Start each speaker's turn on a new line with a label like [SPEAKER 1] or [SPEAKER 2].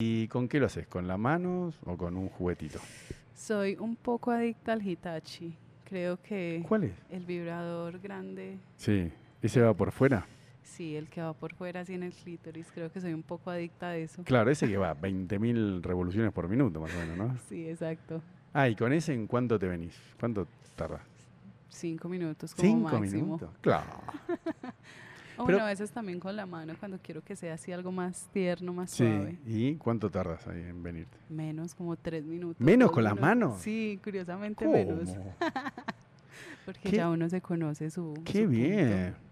[SPEAKER 1] ¿Y con qué lo haces? ¿Con las manos o con un juguetito?
[SPEAKER 2] Soy un poco adicta al Hitachi. Creo que
[SPEAKER 1] ¿Cuál es?
[SPEAKER 2] el vibrador grande,
[SPEAKER 1] Sí, ese va por fuera.
[SPEAKER 2] sí, el que va por fuera, así en el clítoris, creo que soy un poco adicta a eso.
[SPEAKER 1] Claro, ese que va a 20.000 revoluciones por minuto más o menos, ¿no?
[SPEAKER 2] Sí, exacto.
[SPEAKER 1] Ah, y con ese en cuánto te venís? ¿Cuánto tardas?
[SPEAKER 2] Cinco minutos como
[SPEAKER 1] Cinco
[SPEAKER 2] máximo.
[SPEAKER 1] minutos. Claro.
[SPEAKER 2] O
[SPEAKER 1] Pero-
[SPEAKER 2] bueno, a veces también con la mano cuando quiero que sea así algo más tierno, más
[SPEAKER 1] Sí.
[SPEAKER 2] suave.
[SPEAKER 1] ¿Y cuánto tardas ahí en venirte?
[SPEAKER 2] Menos, como tres minutos.
[SPEAKER 1] ¿Menos
[SPEAKER 2] dos
[SPEAKER 1] con las
[SPEAKER 2] minutos.
[SPEAKER 1] manos?
[SPEAKER 2] Sí, curiosamente
[SPEAKER 1] ¿Cómo?
[SPEAKER 2] menos. Porque
[SPEAKER 1] ¿Qué?
[SPEAKER 2] ya uno se conoce su.
[SPEAKER 1] ¡Qué
[SPEAKER 2] su punto.
[SPEAKER 1] bien!